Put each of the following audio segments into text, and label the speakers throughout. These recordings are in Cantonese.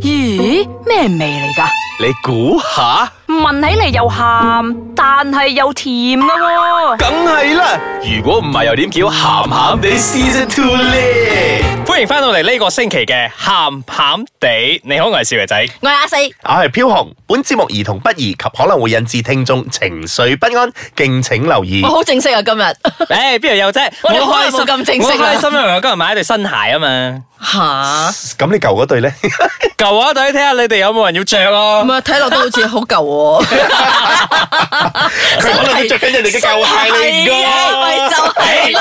Speaker 1: 咦，咩味嚟噶？
Speaker 2: 你估下，
Speaker 1: 聞起嚟又鹹，但係又甜噶喎、
Speaker 2: 梗係啦。如果唔係，又點叫鹹鹹地 Season Two 咧？
Speaker 3: 歡迎翻到嚟呢個星期嘅鹹鹹地，你好，我係少爺 仔。
Speaker 4: 我係阿四，
Speaker 3: 嗯
Speaker 2: 我係飄紅，本節目兒童不宜及可能會引致聽眾情緒不安，敬請留意
Speaker 4: 我。好正式啊 今日
Speaker 3: 誒，邊度有啫？
Speaker 4: 我哋可能冇咁正式
Speaker 3: 我
Speaker 4: 啊
Speaker 3: 開心因為我今日買一對新鞋啊嘛。
Speaker 4: 吓，
Speaker 2: 咁你舊嗰 對呢？
Speaker 3: 舊我隊睇下你哋有冇人要着
Speaker 4: 唔
Speaker 3: 咯。
Speaker 4: 係睇落都好似好 舊喎，
Speaker 2: 佢可能都着緊人哋嘅舊鞋嚟
Speaker 4: 係啊咪
Speaker 2: 㗎。
Speaker 4: 就係咯，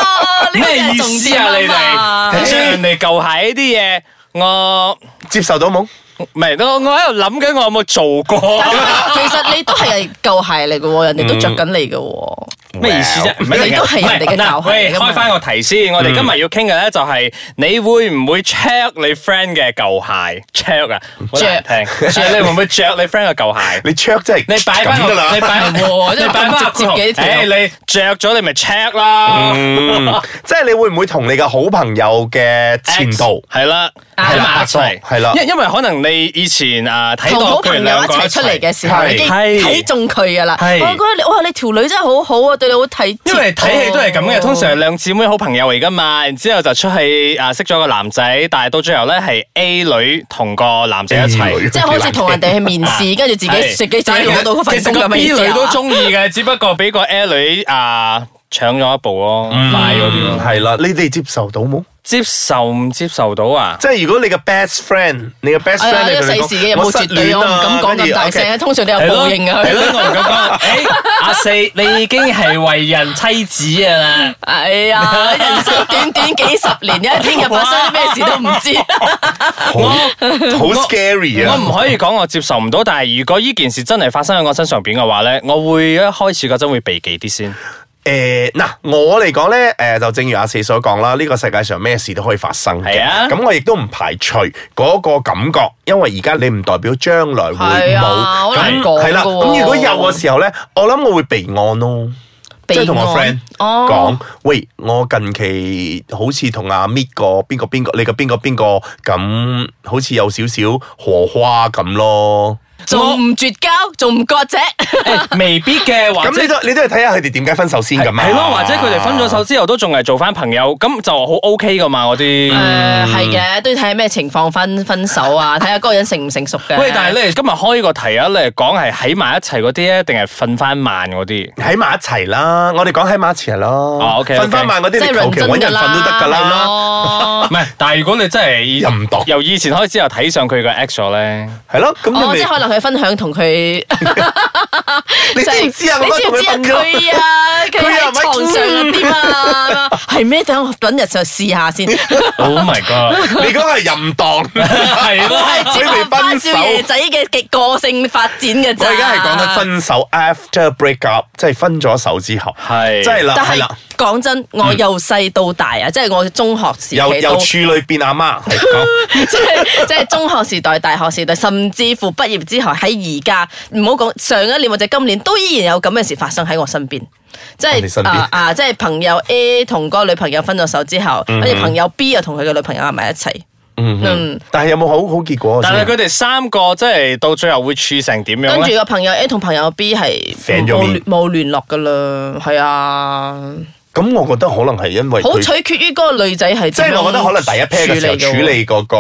Speaker 4: 呢個
Speaker 3: 咩意
Speaker 4: 先係重
Speaker 3: 思
Speaker 4: 點
Speaker 3: 啊？你
Speaker 4: 嘛
Speaker 3: 哋着人哋舊鞋呢啲嘢，我
Speaker 2: 接受到冇？
Speaker 3: 唔係我我喺度諗緊，我有冇做 過？
Speaker 4: 其實你都係舊鞋嚟嘅喎，人哋
Speaker 3: 嗯
Speaker 4: 都着緊你嘅喎。
Speaker 3: 咩意思啫？
Speaker 2: Well，
Speaker 3: 唔係
Speaker 4: 你都係人哋嘅
Speaker 3: 唔係嗱
Speaker 4: 教學
Speaker 3: 喂，
Speaker 4: 嚟㗎嘛
Speaker 3: 開翻個題先，我哋今日要傾嘅咧就係你會唔會 check 你 friend 嘅舊鞋？check 啊，好難聽。所以你會唔會 check 你 friend 嘅舊鞋？
Speaker 2: 你 check 真係
Speaker 3: 你擺翻
Speaker 2: 咁㗎啦
Speaker 3: 個，你擺
Speaker 4: 哇
Speaker 3: 你
Speaker 4: 真係
Speaker 3: 擺翻
Speaker 4: 咁直接嘅條
Speaker 3: 誒，你着咗你咪 check 啦。
Speaker 2: 嗯，即係你會唔會同你嘅好朋友嘅前度？
Speaker 3: 係啦，
Speaker 4: 啊
Speaker 3: 喺埋一齊
Speaker 2: 係啦
Speaker 3: 因因為可能你以前啊睇
Speaker 4: 同
Speaker 3: 到
Speaker 4: 好
Speaker 3: 佢
Speaker 4: 朋
Speaker 3: 哋
Speaker 4: 友
Speaker 3: 兩
Speaker 4: 一
Speaker 3: 個
Speaker 4: 齊出嚟嘅時候，
Speaker 2: 係
Speaker 4: 你已經
Speaker 3: 係
Speaker 4: 睇中佢噶啦。
Speaker 3: 係
Speaker 4: 我覺得你哇，你條女真係好好啊，對你好體貼。哦
Speaker 3: 因為睇戲都係咁嘅，通常係兩姊妹好朋友嚟噶嘛，然之後就出去啊識咗個男仔，但係到最後咧係 A 女同個男仔一
Speaker 2: A 女
Speaker 3: 齊。
Speaker 4: 即係好似同人哋去面 試，跟住自己自己就攞到嗰份工咁嘅意
Speaker 3: 其實
Speaker 4: 思
Speaker 3: 個 B 女都
Speaker 4: 啊。
Speaker 3: 中意嘅，只不過俾個 A 女啊搶咗一步咯，快嗰啲
Speaker 2: 嗯
Speaker 3: 咯。
Speaker 2: 係啦，你哋接受到冇？
Speaker 3: 接受唔接受到啊？
Speaker 2: 即係如果你嘅 best friend，你嘅 best
Speaker 4: 哎呀
Speaker 2: friend，你
Speaker 4: 呢個
Speaker 2: 同佢
Speaker 4: 世
Speaker 2: 講
Speaker 4: 事嘅有
Speaker 2: 我失
Speaker 4: 冇絕對？
Speaker 2: 戀
Speaker 4: 我唔
Speaker 2: 啊
Speaker 4: 敢講
Speaker 2: 跟
Speaker 4: 咁
Speaker 2: 住
Speaker 4: 大
Speaker 2: OK，
Speaker 4: 聲，通常都有報應啊
Speaker 3: 係
Speaker 4: 嘅。
Speaker 3: 咯，我唔 敢講。誒，阿四，你已經係為人妻子啊啦。
Speaker 4: 哎呀，人生短短幾十年，因為聽日發生啲咩事都唔 知。
Speaker 2: 好好 scary
Speaker 3: 我
Speaker 2: 啊！
Speaker 3: 唔可以講我接受唔到，但係如果呢件事真係發生喺我身上邊嘅話咧，我會一開始嗰陣會避忌啲先。
Speaker 2: 誒呃嗱、我嚟講咧，誒、就正如阿四所講啦，呢、個世界上咩事都可以發生嘅。
Speaker 3: 係啊
Speaker 2: 咁我亦都唔排除嗰個感覺，因為而家你唔代表將來會
Speaker 4: 係
Speaker 2: 冇。
Speaker 4: 啊好難
Speaker 2: 咁
Speaker 4: 講
Speaker 2: 係啦，
Speaker 4: 㗎喎
Speaker 2: 咁如果有嘅時候咧，我諗我會備案咯。即係同我 friend
Speaker 4: 備案哦
Speaker 2: 講，喂，我近期好似同阿 Mid 個邊個邊個，你個邊個邊個咁，好似有少少荷花咁咯。
Speaker 4: 仲唔絕交，仲唔割席？
Speaker 3: 誒 未必嘅，或
Speaker 2: 咁
Speaker 3: 者
Speaker 2: 你都你啊都係睇下佢哋點解分手先
Speaker 3: 係
Speaker 2: 㗎嘛。啊
Speaker 3: 係咯，或者佢哋分咗手之後都仲係做翻朋友，咁就好 OK 噶嘛嗰啲。
Speaker 4: 誒
Speaker 2: 嗯
Speaker 4: 係嘅，都要睇下咩情況分分手啊，睇下嗰個人成唔成熟嘅。
Speaker 3: 喂，但係你今日開個題啊，你係講係喺埋一齊嗰啲咧，定係瞓翻慢嗰啲？
Speaker 2: 喺埋一齊啦，我哋講喺埋一齊啦。
Speaker 3: 哦，OK，OK
Speaker 2: 瞓翻晚嗰
Speaker 4: 即
Speaker 2: 啲，
Speaker 4: 係
Speaker 2: 你求其
Speaker 4: 認
Speaker 2: 揾
Speaker 4: 真
Speaker 2: 人
Speaker 4: 㗎
Speaker 2: 瞓都得㗎
Speaker 4: 係
Speaker 2: 啦。
Speaker 4: 咯
Speaker 3: 唔係，但係如果你真係以
Speaker 2: 又唔度
Speaker 3: 由以前開始又睇上佢個 ex 咗咧，
Speaker 2: 係咯，咁
Speaker 4: 哦，
Speaker 2: 你
Speaker 4: 即
Speaker 2: 咪
Speaker 4: 係可能佢分享同佢，
Speaker 2: 你知唔知啊？我
Speaker 4: 你
Speaker 2: 都
Speaker 4: 知
Speaker 2: 同
Speaker 4: 唔
Speaker 2: 佢
Speaker 4: 知啊？
Speaker 2: 分咗。佢
Speaker 4: 佢啊，佢
Speaker 2: 又唔
Speaker 4: 喺
Speaker 2: 係
Speaker 4: 床上嗰 啲嘛，係咩？等我等日就試下先。
Speaker 3: Oh my god！
Speaker 2: 你嗰個係淫蕩，
Speaker 3: 係咯，
Speaker 4: 係只
Speaker 2: 佢哋
Speaker 4: 係
Speaker 2: 分
Speaker 4: 班
Speaker 2: 手
Speaker 4: 少爺仔嘅極個性發展嘅
Speaker 2: 我
Speaker 4: 咋。
Speaker 2: 而家係講緊分手 after break up，即係分咗手之後，
Speaker 3: 係
Speaker 2: 即係啦，
Speaker 4: 但
Speaker 2: 啊係
Speaker 4: 係
Speaker 2: 啦，嗯
Speaker 4: 講真，我由細到大啊，即係我中學時
Speaker 2: 由
Speaker 4: 期
Speaker 2: 由
Speaker 4: 都，
Speaker 2: 處女變阿媽，係 講
Speaker 4: 即係即係中學時代、大學時代，甚至乎畢業之後喺而家，唔好講上一年或者今年，都依然有咁嘅事發生喺我身邊。即
Speaker 2: 喺你身
Speaker 4: 係
Speaker 2: 邊
Speaker 4: 啊啊！即係朋友 A 同個女朋友分咗手之後，嗯
Speaker 2: 啊
Speaker 4: 跟住朋友 B 又同佢嘅女朋友喺埋一齊。嗯，
Speaker 2: 但係有冇好好結果先？
Speaker 3: 但係佢哋三個即係到最後會處成點
Speaker 4: 跟
Speaker 3: 樣
Speaker 4: 住
Speaker 3: 咧？
Speaker 4: 個朋友 A 同朋友 B 係
Speaker 2: 醒咗面
Speaker 4: 冇冇聯絡噶啦，係啊。
Speaker 2: 咁我覺得可能係因為
Speaker 4: 好
Speaker 2: 佢
Speaker 4: 取決於嗰個女仔係
Speaker 2: 即
Speaker 4: 點樣
Speaker 2: 係我覺得可能第一 pair 嘅時候
Speaker 4: 處
Speaker 2: 處
Speaker 4: 嘅喎
Speaker 2: 理嗰、個、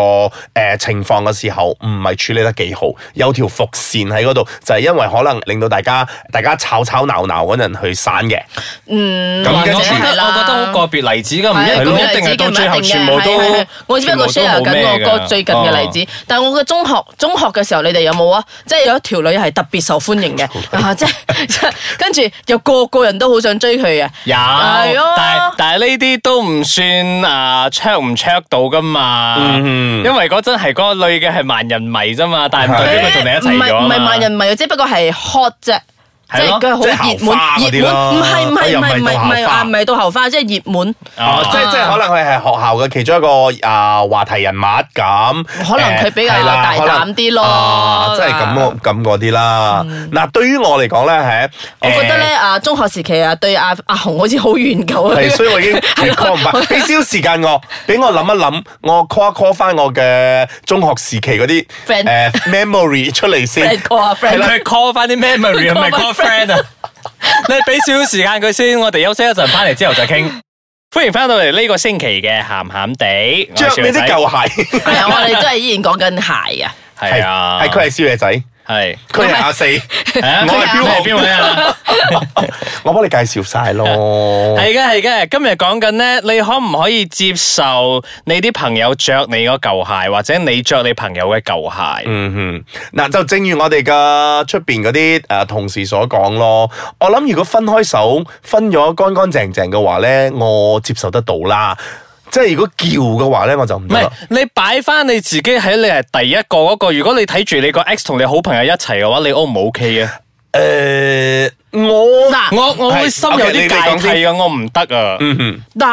Speaker 2: 呃、情況嘅時候，唔係處理得幾好，有條伏線喺嗰度，就係、因為可能令到大家大家吵吵鬧鬧嗰陣去散嘅。嗯，咁跟
Speaker 4: 或者
Speaker 3: 我
Speaker 2: 住
Speaker 3: 覺
Speaker 4: 係
Speaker 3: 得
Speaker 4: 啦
Speaker 3: 我覺得好個別例子㗎，唔
Speaker 4: 係啊
Speaker 3: 一
Speaker 4: 咁
Speaker 3: 唔
Speaker 4: 嘅
Speaker 3: 一定
Speaker 4: 例
Speaker 3: 係
Speaker 4: 子
Speaker 3: 到最後
Speaker 4: 嘅
Speaker 3: 全部
Speaker 4: 係係係
Speaker 3: 都。
Speaker 4: 我只不
Speaker 3: 全
Speaker 4: 過
Speaker 3: 部
Speaker 4: share
Speaker 3: 都冇咩
Speaker 4: 緊我個
Speaker 3: 㗎哦
Speaker 4: 最近嘅例子，但係我嘅中學中學嘅時候，你哋有冇啊？即係有一條女係特別受歡 迎嘅啊！即係 即係跟住又個個人都好想追佢嘅。
Speaker 3: 有，
Speaker 4: 係啊
Speaker 3: 但係但係呢啲都唔算啊 check 唔 check 到噶嘛，因為嗰陣係嗰個女嘅係萬人迷啫嘛，但係唔代表佢同你一
Speaker 4: 唔
Speaker 3: 齊
Speaker 4: 係
Speaker 3: 咗啊
Speaker 4: 唔
Speaker 3: 嘛
Speaker 4: 係萬人迷，只不過係 hot 啫。即係佢好
Speaker 2: 即係校
Speaker 4: 熱門
Speaker 2: 花嗰，啲
Speaker 4: 熱
Speaker 2: 咯
Speaker 4: 門唔係唔
Speaker 2: 哎
Speaker 4: 係
Speaker 2: 呀
Speaker 4: 唔係
Speaker 2: 唔
Speaker 4: 唔
Speaker 2: 係到
Speaker 4: 係唔
Speaker 2: 校
Speaker 4: 係
Speaker 2: 花
Speaker 4: 啊，唔係到後花，即係熱門。
Speaker 2: 哦，即係即係可能佢係學校嘅其中一個啊話題人物咁，呃
Speaker 4: 可能佢比較
Speaker 2: 誒係啦
Speaker 4: 大膽啲咯嗯
Speaker 2: 可能啊即係咁咁嗰啲啦。嗱，對於我嚟講咧，係
Speaker 4: 我覺得咧。啊，中學時期啊，對阿阿紅好似好遠 舊啊。
Speaker 2: 係，所以我已經
Speaker 4: 係咯
Speaker 2: recall 唔翻，俾少少時間我，俾我諗一諗，我 call 一 call 翻我嘅中學時期嗰啲
Speaker 4: Friend
Speaker 2: 誒 memory 出嚟
Speaker 4: friend
Speaker 2: 先。
Speaker 4: call 啊
Speaker 3: 你
Speaker 4: friend，
Speaker 3: 去 call 翻啲 memory 唔係
Speaker 4: call
Speaker 3: call friend 啊？你俾少少時間佢先，我哋休息一陣，翻嚟之後再傾。歡迎翻到嚟呢個星期嘅鹹鹹地，
Speaker 2: 着你啲
Speaker 3: 舊
Speaker 2: 舊鞋，
Speaker 4: 係啊，我哋都係依然講緊鞋啊。
Speaker 3: 係啊，
Speaker 2: 係佢係少爺仔，
Speaker 3: 係
Speaker 2: 佢係阿四，
Speaker 3: 係啊，
Speaker 2: 我係標
Speaker 3: 係
Speaker 2: 紅
Speaker 3: 邊位啊？
Speaker 2: 我幫你介紹晒 咯。哦
Speaker 3: 係嘅，係嘅。今日講緊咧，你可唔可以接受你啲朋友着你個舊鞋，或者你着你朋友嘅舊鞋？
Speaker 2: 嗯哼，嗱就正如我哋嘅出邊嗰啲誒同事所講咯，我諗如果分開手分咗乾乾淨淨嘅話咧，我接受得到啦。即係如果叫嘅話咧，我就唔
Speaker 3: 唔
Speaker 2: 得
Speaker 3: 係
Speaker 2: 啦。，
Speaker 3: 你擺翻你自己喺你係第一個嗰、個。如果你睇住你個 ex 同你好朋友一齊嘅話，你 O 唔 O K 啊？
Speaker 2: 誒、呃我
Speaker 4: 嗱
Speaker 3: 我我會心有啲
Speaker 2: OK，你你講嗯
Speaker 3: 芥蒂啊，我唔得啊。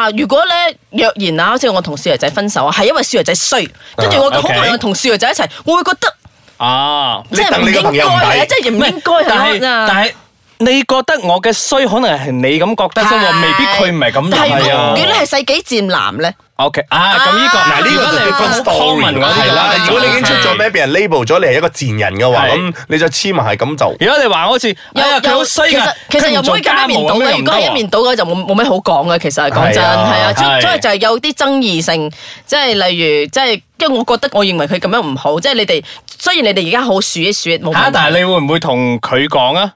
Speaker 4: 嗱，如果咧若然啊，好似我同少爺仔分手啊，係因為少爺仔衰，跟住我嘅好朋友
Speaker 3: 啊 OK
Speaker 4: 同少爺仔一齊，我會覺得
Speaker 3: 啊，
Speaker 2: 你
Speaker 4: 即係
Speaker 2: 戥
Speaker 4: 唔
Speaker 2: 你個朋
Speaker 4: 應
Speaker 2: 友唔
Speaker 4: 該啊，
Speaker 2: 抵
Speaker 4: 即係唔應該
Speaker 3: 但係
Speaker 4: 係啊。
Speaker 3: 但係。你覺得我嘅衰，可能係你咁覺得啫
Speaker 4: 係
Speaker 3: 喎，未必佢唔係咁
Speaker 4: 但係
Speaker 3: 諗
Speaker 4: 如
Speaker 3: 啊
Speaker 4: 果如果你係世紀賤男咧，
Speaker 3: O K 啊，咁呢個
Speaker 4: 啊
Speaker 2: 嗱呢個
Speaker 3: 如果
Speaker 2: 就
Speaker 3: 你
Speaker 2: different
Speaker 3: 好 common
Speaker 2: story
Speaker 3: 嗰啲
Speaker 2: 係啦
Speaker 4: 就。
Speaker 2: 如果你已經出咗
Speaker 3: 係
Speaker 2: 咩，俾人 label 咗你係一個賤人嘅話，
Speaker 3: 係
Speaker 2: 咁你就黐埋係咁就。
Speaker 3: 如果你話好似，
Speaker 4: 有
Speaker 3: 哎呀佢好衰
Speaker 4: 其
Speaker 3: 㗎
Speaker 4: 實其實
Speaker 3: 佢唔
Speaker 4: 又唔
Speaker 3: 做
Speaker 4: 可以咁
Speaker 3: 家
Speaker 4: 一面
Speaker 3: 務啊
Speaker 4: 倒
Speaker 3: 咁樣
Speaker 4: 嘅，如
Speaker 3: 唔
Speaker 4: 果
Speaker 3: 得
Speaker 4: 係一
Speaker 3: 喎
Speaker 4: 面倒嘅就冇冇咩好講嘅。其實講真
Speaker 2: 係啊
Speaker 4: 係啊，即係
Speaker 3: 係
Speaker 4: 所以就係有啲爭議性，即係例如即係，因為我覺得我認為佢咁樣唔好，即係你哋雖然你哋而家好數一數冇
Speaker 3: 嚇
Speaker 4: 問題，
Speaker 3: 但係你會唔會同佢講啊？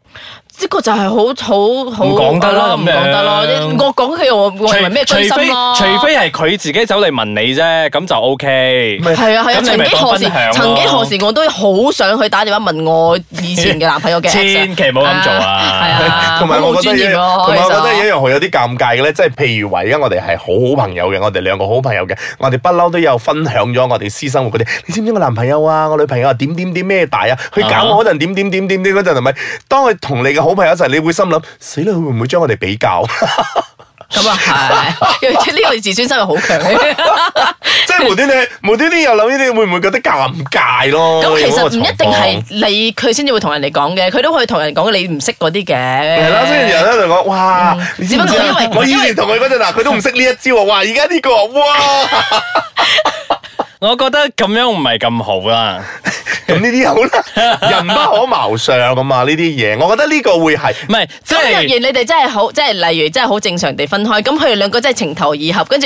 Speaker 4: 呢個就係好好好
Speaker 3: 唔講得啦
Speaker 4: 我唔
Speaker 3: 咁樣
Speaker 4: 講得咯。我講佢又我我認為咩啊
Speaker 3: 除
Speaker 4: 居
Speaker 3: 非
Speaker 4: 心咯。
Speaker 3: 除非係佢自己走嚟問你啫，咁就 O K。
Speaker 4: 係啊係啊，
Speaker 3: 咁你
Speaker 4: 曾
Speaker 3: 咪
Speaker 4: 幾
Speaker 3: 當
Speaker 4: 何時
Speaker 3: 分享咯
Speaker 4: 曾幾何時我都好想去打電話問我以前嘅男朋友嘅 ex 啊
Speaker 3: 千祈唔好咁做 啊
Speaker 4: 係 啊，
Speaker 2: 同埋
Speaker 4: 好
Speaker 2: 我
Speaker 4: 冇
Speaker 2: 覺
Speaker 4: 專
Speaker 2: 得
Speaker 4: 業
Speaker 2: 有，
Speaker 4: 咯，
Speaker 2: 同埋我覺得
Speaker 4: 其
Speaker 2: 有
Speaker 4: 實
Speaker 2: 一樣好有啲尷尬嘅咧，即係譬如話，而家我哋係好好朋友嘅，我哋兩個好朋友嘅，我哋不嬲都有分享咗我哋私生活嗰啲。你知唔知我男朋友啊，我女朋友啊點點點咩大啊？佢搞我嗰陣點點點點點嗰陣係咪？當佢同你嘅好朋友一齊，你會心諗死啦，佢會唔會將我哋比較？
Speaker 4: 咁啊係， 因為呢個自尊心係好強嘅。
Speaker 2: 即係無端端無端端又諗呢啲，會唔會覺得尷尬咯？
Speaker 4: 咁其實唔一定
Speaker 2: 有嗰個狀況
Speaker 4: 係你佢先至會同人哋講嘅，佢都可以同人講你唔識嗰啲嘅。
Speaker 2: 係
Speaker 4: 係
Speaker 2: 啦，所以人咧就講，哇！你知唔知
Speaker 4: 嗯只不過因
Speaker 2: 啊
Speaker 4: 為
Speaker 2: 我以前同佢嗰陣啊，佢都唔識呢一招啊，哇！而家呢個 哇，
Speaker 3: 我覺得咁樣唔係咁好啦。
Speaker 2: 咁呢啲好啦，人不可貌相啊嘛，呢啲嘢，我覺得呢個會係
Speaker 3: 唔係，即
Speaker 4: 咁若然
Speaker 3: 係
Speaker 4: 你哋真係好，即係例如真係好正常地分開，咁佢哋兩個真係情投意合，跟住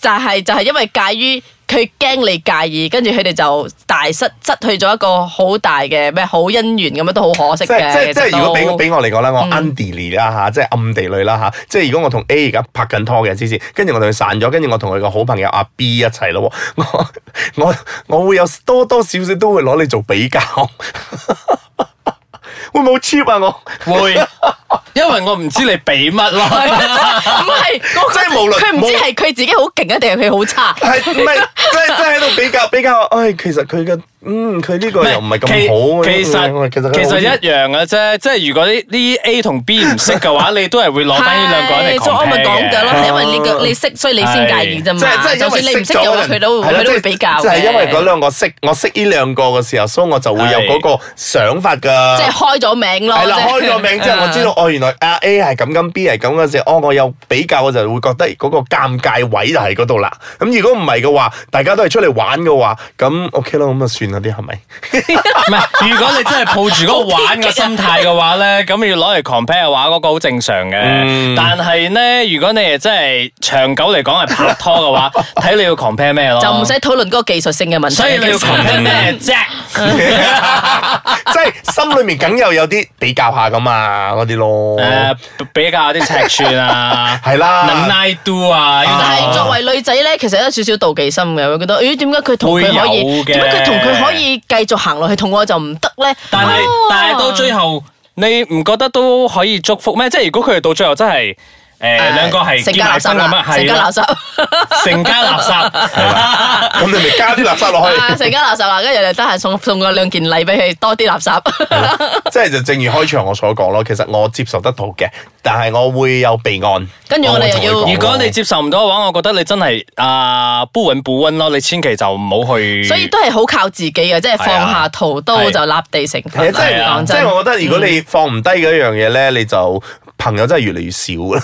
Speaker 4: 就係、就係、因為介於佢驚你介意，跟住佢哋就大失失去咗一個好大嘅咩好姻緣咁樣都好可惜
Speaker 2: 即係即
Speaker 4: 嘅。
Speaker 2: 係即係，如果俾俾我嚟講啦，我
Speaker 4: 嗯
Speaker 2: underly 啦嚇，即係暗地裏啦嚇，即係如果我同 A 而家拍緊拖嘅之前，跟住我同佢散咗，跟住我同佢個好朋友阿 B 一齊咯喎，我 我我會有多多少少都會攞你做比較， 會唔會好 cheap 啊我？
Speaker 3: 會，因為我唔知你俾乜 咯。
Speaker 4: 唔 係，我
Speaker 2: 即係無論
Speaker 4: 佢唔知係佢自己好勁啊，定係佢好差。
Speaker 2: 系唔係？即係即係喺度比較比較，唉、其實佢嘅嗯，佢呢個又唔係咁好。嗯
Speaker 3: 其其實
Speaker 2: 其實
Speaker 3: 其實
Speaker 2: 實
Speaker 3: 一樣嘅啫，即係如果呢呢 A 同 B 唔識 嘅話，你都係會攞翻呢兩個人嚟
Speaker 4: 係所以我咪講
Speaker 3: compare
Speaker 4: 咗咯，
Speaker 3: 嘅。
Speaker 4: 係因為呢個你識，所以你先介意啫嘛。
Speaker 2: 即係即係
Speaker 4: 就
Speaker 2: 因為
Speaker 4: 算你
Speaker 2: 識
Speaker 4: 唔識
Speaker 2: 咗
Speaker 4: 嘅話，
Speaker 2: 嗰陣
Speaker 4: 佢都
Speaker 2: 係啦
Speaker 4: 佢都
Speaker 2: 即
Speaker 4: 會
Speaker 2: 係
Speaker 4: 比較嘅。
Speaker 2: 就係因為嗰兩個識，我識呢兩個嘅時候，所以我就會有嗰個想法㗎。
Speaker 4: 即係開咗名咯。
Speaker 2: 係啦，
Speaker 4: 即係
Speaker 2: 開咗名之後，我知道哦，原來啊 A 係咁，咁 B 係咁嘅時候，哦，我有比較，我就會覺得嗰個尷尬位就喺嗰度啦。咁如果唔係嘅話，大家都係出嚟玩嘅話，咁 OK 咯，咁啊算啦啲係咪？
Speaker 3: 唔係，如果你真係抱住嗰個玩嘅心態嘅話咧，咁要攞嚟 compare 嘅話，嗰個好正常嘅。
Speaker 2: 嗯
Speaker 3: 但係咧，如果你係真係長久嚟講係拍拖 嘅話，睇你要 compare 咩咯。
Speaker 4: 就唔使，討論嗰個技術性嘅問題。
Speaker 3: 哦所以你要
Speaker 4: 其實
Speaker 3: compare 咩啫？
Speaker 2: 即係心裏面梗又有啲比較下噶嘛，嗰啲咯。
Speaker 3: 誒，比較啲尺寸啊，
Speaker 2: 係啦
Speaker 3: 能耐度啊，呢
Speaker 4: 但係
Speaker 3: 度
Speaker 4: 作為女仔咧，其實有少少妒忌心嘅，會覺得咦點解佢同佢可
Speaker 3: 會
Speaker 4: 以
Speaker 3: 有嘅
Speaker 4: 點解佢同佢可以繼續行落去，同我就唔得咧？
Speaker 3: 但係
Speaker 4: 哦
Speaker 3: 但係到最後，你唔覺得都可以祝福咩？即係如果佢哋到最後真係。诶
Speaker 4: 誒
Speaker 3: 兩個係
Speaker 4: 成
Speaker 3: 結
Speaker 4: 家
Speaker 3: 埋
Speaker 4: 垃圾
Speaker 3: 婚咁
Speaker 4: 啦
Speaker 3: 啊，，
Speaker 4: 成
Speaker 3: 係
Speaker 4: 家
Speaker 3: 啦
Speaker 4: 垃，圾，
Speaker 3: 成家垃 圾。
Speaker 2: 咁你咪加啲垃圾落去。
Speaker 4: 啊成家垃圾啦，跟住就得閒送送個兩件禮俾佢，多啲垃圾。
Speaker 2: 即係就正如開場我所講咯，其實我接受得到嘅，但係我會有備案。
Speaker 4: 跟住我哋又要
Speaker 2: 會同佢講
Speaker 3: 如果你接受唔到嘅話，我覺得你真係啊不穩不穩咯，你千祈就唔好去。
Speaker 4: 所以都係好靠自己嘅，即係放下屠刀
Speaker 3: 係
Speaker 4: 就立地成
Speaker 2: 係
Speaker 4: 佛。
Speaker 2: 啊，即
Speaker 3: 係啊
Speaker 2: 係
Speaker 4: 講
Speaker 2: 即
Speaker 4: 真
Speaker 2: 係，我覺得如果你放唔低嗰樣嘢咧，你就朋友真係越嚟越少啦。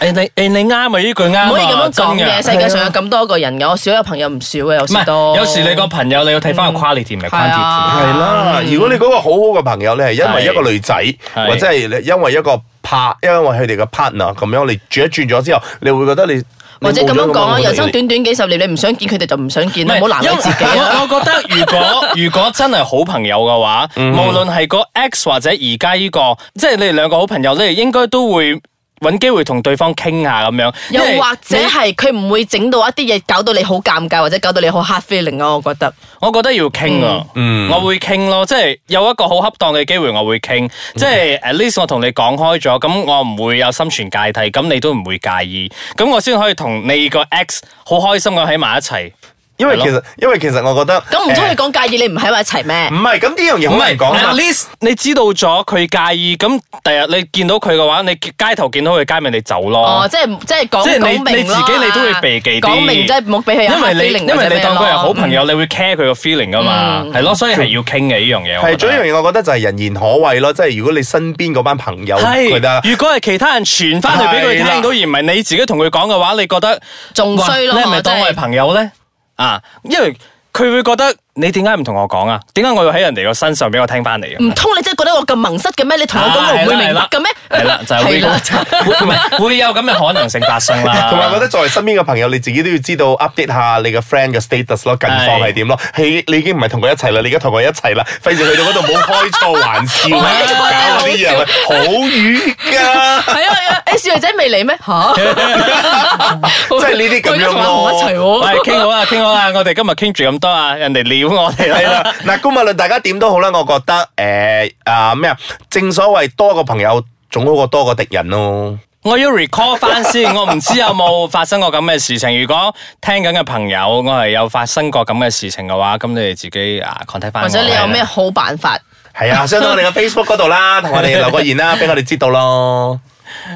Speaker 3: 誒你誒你啱啊！呢句啱啊
Speaker 4: 唔可以咁樣講
Speaker 3: 真
Speaker 4: 嘅。世界上有咁多個人嘅，我少有朋友唔少嘅，有
Speaker 3: 唔
Speaker 4: 時都
Speaker 3: 係，有時你個朋友你要睇
Speaker 4: 嗯
Speaker 3: 翻個 quality 唔係
Speaker 4: 啊
Speaker 3: quantity。
Speaker 2: 係啊啦，如果你嗰個好好嘅朋友，你係因為一個女仔，
Speaker 3: 啊係
Speaker 2: 或者係你因為一個拍，因為佢哋嘅 partner 咁樣，你轉一轉咗之後，你會覺得你
Speaker 4: 或者咁樣講啊，
Speaker 2: 你冇咗咁樣嘅
Speaker 4: 人
Speaker 2: 魅
Speaker 4: 生
Speaker 2: 力
Speaker 4: 短短幾十年，你唔想見佢哋就唔想見啦，唔好難為自己啊
Speaker 3: 因為
Speaker 4: 啦。
Speaker 3: 我我覺得如果 如果真係好朋友嘅話，
Speaker 4: 嗯
Speaker 3: 無論係個 X 或者而家呢個，即係你哋兩個好朋友，你哋應該都會揾機會同對方傾下咁樣。
Speaker 4: 又
Speaker 3: 因為
Speaker 4: 或者
Speaker 3: 你
Speaker 4: 係佢唔會整到一啲嘢搞到你好尷尬，或者搞到你好 hard feeling 咯，我覺得。
Speaker 3: 我覺得要傾啊，
Speaker 4: 嗯
Speaker 3: 我會傾咯，即係有一個好恰當嘅機會，我會傾，即係 at least 我同你講開咗，咁我唔會有心存芥蒂，咁你都唔會介意，咁我先可以同你個 ex 好開心咁喺埋一齊。
Speaker 2: 因為
Speaker 3: 係咯
Speaker 2: 其實因為其實我覺得
Speaker 4: 咁唔通
Speaker 2: 誒
Speaker 4: 佢講介意你唔喺埋一齊嗯咩
Speaker 2: 唔？係咁呢樣嘢好難講啊
Speaker 3: at。least 你知道咗佢介意，咁第日你見到佢嘅話，你街頭見到佢街面你走
Speaker 4: 哦
Speaker 3: 咯，。
Speaker 4: 即係即係
Speaker 3: 即係
Speaker 4: 講
Speaker 3: 你
Speaker 4: 講明
Speaker 3: 你自己你都會避忌啲，
Speaker 4: 講明即係冇俾佢有
Speaker 3: 因
Speaker 4: hard
Speaker 3: 為你
Speaker 4: feeling 啊
Speaker 3: 因
Speaker 4: 或者
Speaker 3: 為
Speaker 4: 咩
Speaker 3: 你當佢係好
Speaker 4: 咯。嗯
Speaker 3: 朋友，你會 care 佢個 feeling 噶嘛，係咯，所以係要傾嘅呢樣嘢。我
Speaker 2: 係，
Speaker 3: 覺
Speaker 2: 仲
Speaker 3: 得
Speaker 2: 有一樣嘢，我覺得就係人言可畏咯，即係如果你身邊嗰班朋友啊覺得
Speaker 3: 系，如果係其他人傳翻去俾佢聽到，而唔係你自己同佢講嘅話，你覺得
Speaker 4: 仲衰咯
Speaker 3: 哇你係咪
Speaker 4: 我真
Speaker 3: 當
Speaker 4: 係
Speaker 3: 我係朋友咧？啊，因為佢會覺得你點解唔同我講啊？點解我要喺人哋個身上俾我聽翻嚟啊？
Speaker 4: 嗯唔通你真係覺得我咁萌塞嘅咩？你同我講我唔會明白嘅咩？
Speaker 3: 係啦，就係會
Speaker 4: 係啦
Speaker 3: 會唔係會有咁嘅可能性發生啦。
Speaker 2: 同埋我覺得作為身邊嘅朋友，你自己都要知道 update 下你嘅 friend 嘅 status 咯，近況係點咯。你你已經唔係同佢一齊啦，你而家同佢一齊啦，費事去到嗰度冇開錯玩笑，
Speaker 4: 哇呢個真係
Speaker 2: 搞
Speaker 4: 好
Speaker 2: 嗰啲嘢好淤㗎。
Speaker 4: 係啊係啊！誒小女仔未嚟咩？ 嚇！
Speaker 2: 即係呢啲咁樣咯
Speaker 4: 佢而家同我唔一齊
Speaker 3: 喂，傾好啊，傾好啊，我哋今日傾住咁多啊，人哋撩我哋
Speaker 2: 係
Speaker 3: 啦。
Speaker 2: 啦，嗱，公物論大家點都好啦，我覺得誒啊咩啊，正所謂多個朋友總好過多個敵人咯。
Speaker 3: 我要 recall 翻先，我唔知有冇發生過咁嘅事情。如果聽緊嘅朋友，我係有發生過咁嘅事情嘅話，咁你哋自己啊 contact 翻
Speaker 4: 喎。
Speaker 3: 我。
Speaker 4: 或者你有咩好辦法？
Speaker 2: 係啊，上到我哋嘅 Facebook 嗰度啦，同我哋留個言啦，俾我哋知道咯。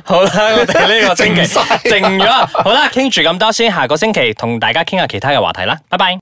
Speaker 3: 好啦，我哋呢個星期
Speaker 2: 靜晒
Speaker 3: 靜咗，好啦，傾住咁多先，下個星期同大家傾下其他嘅話題啦，拜拜。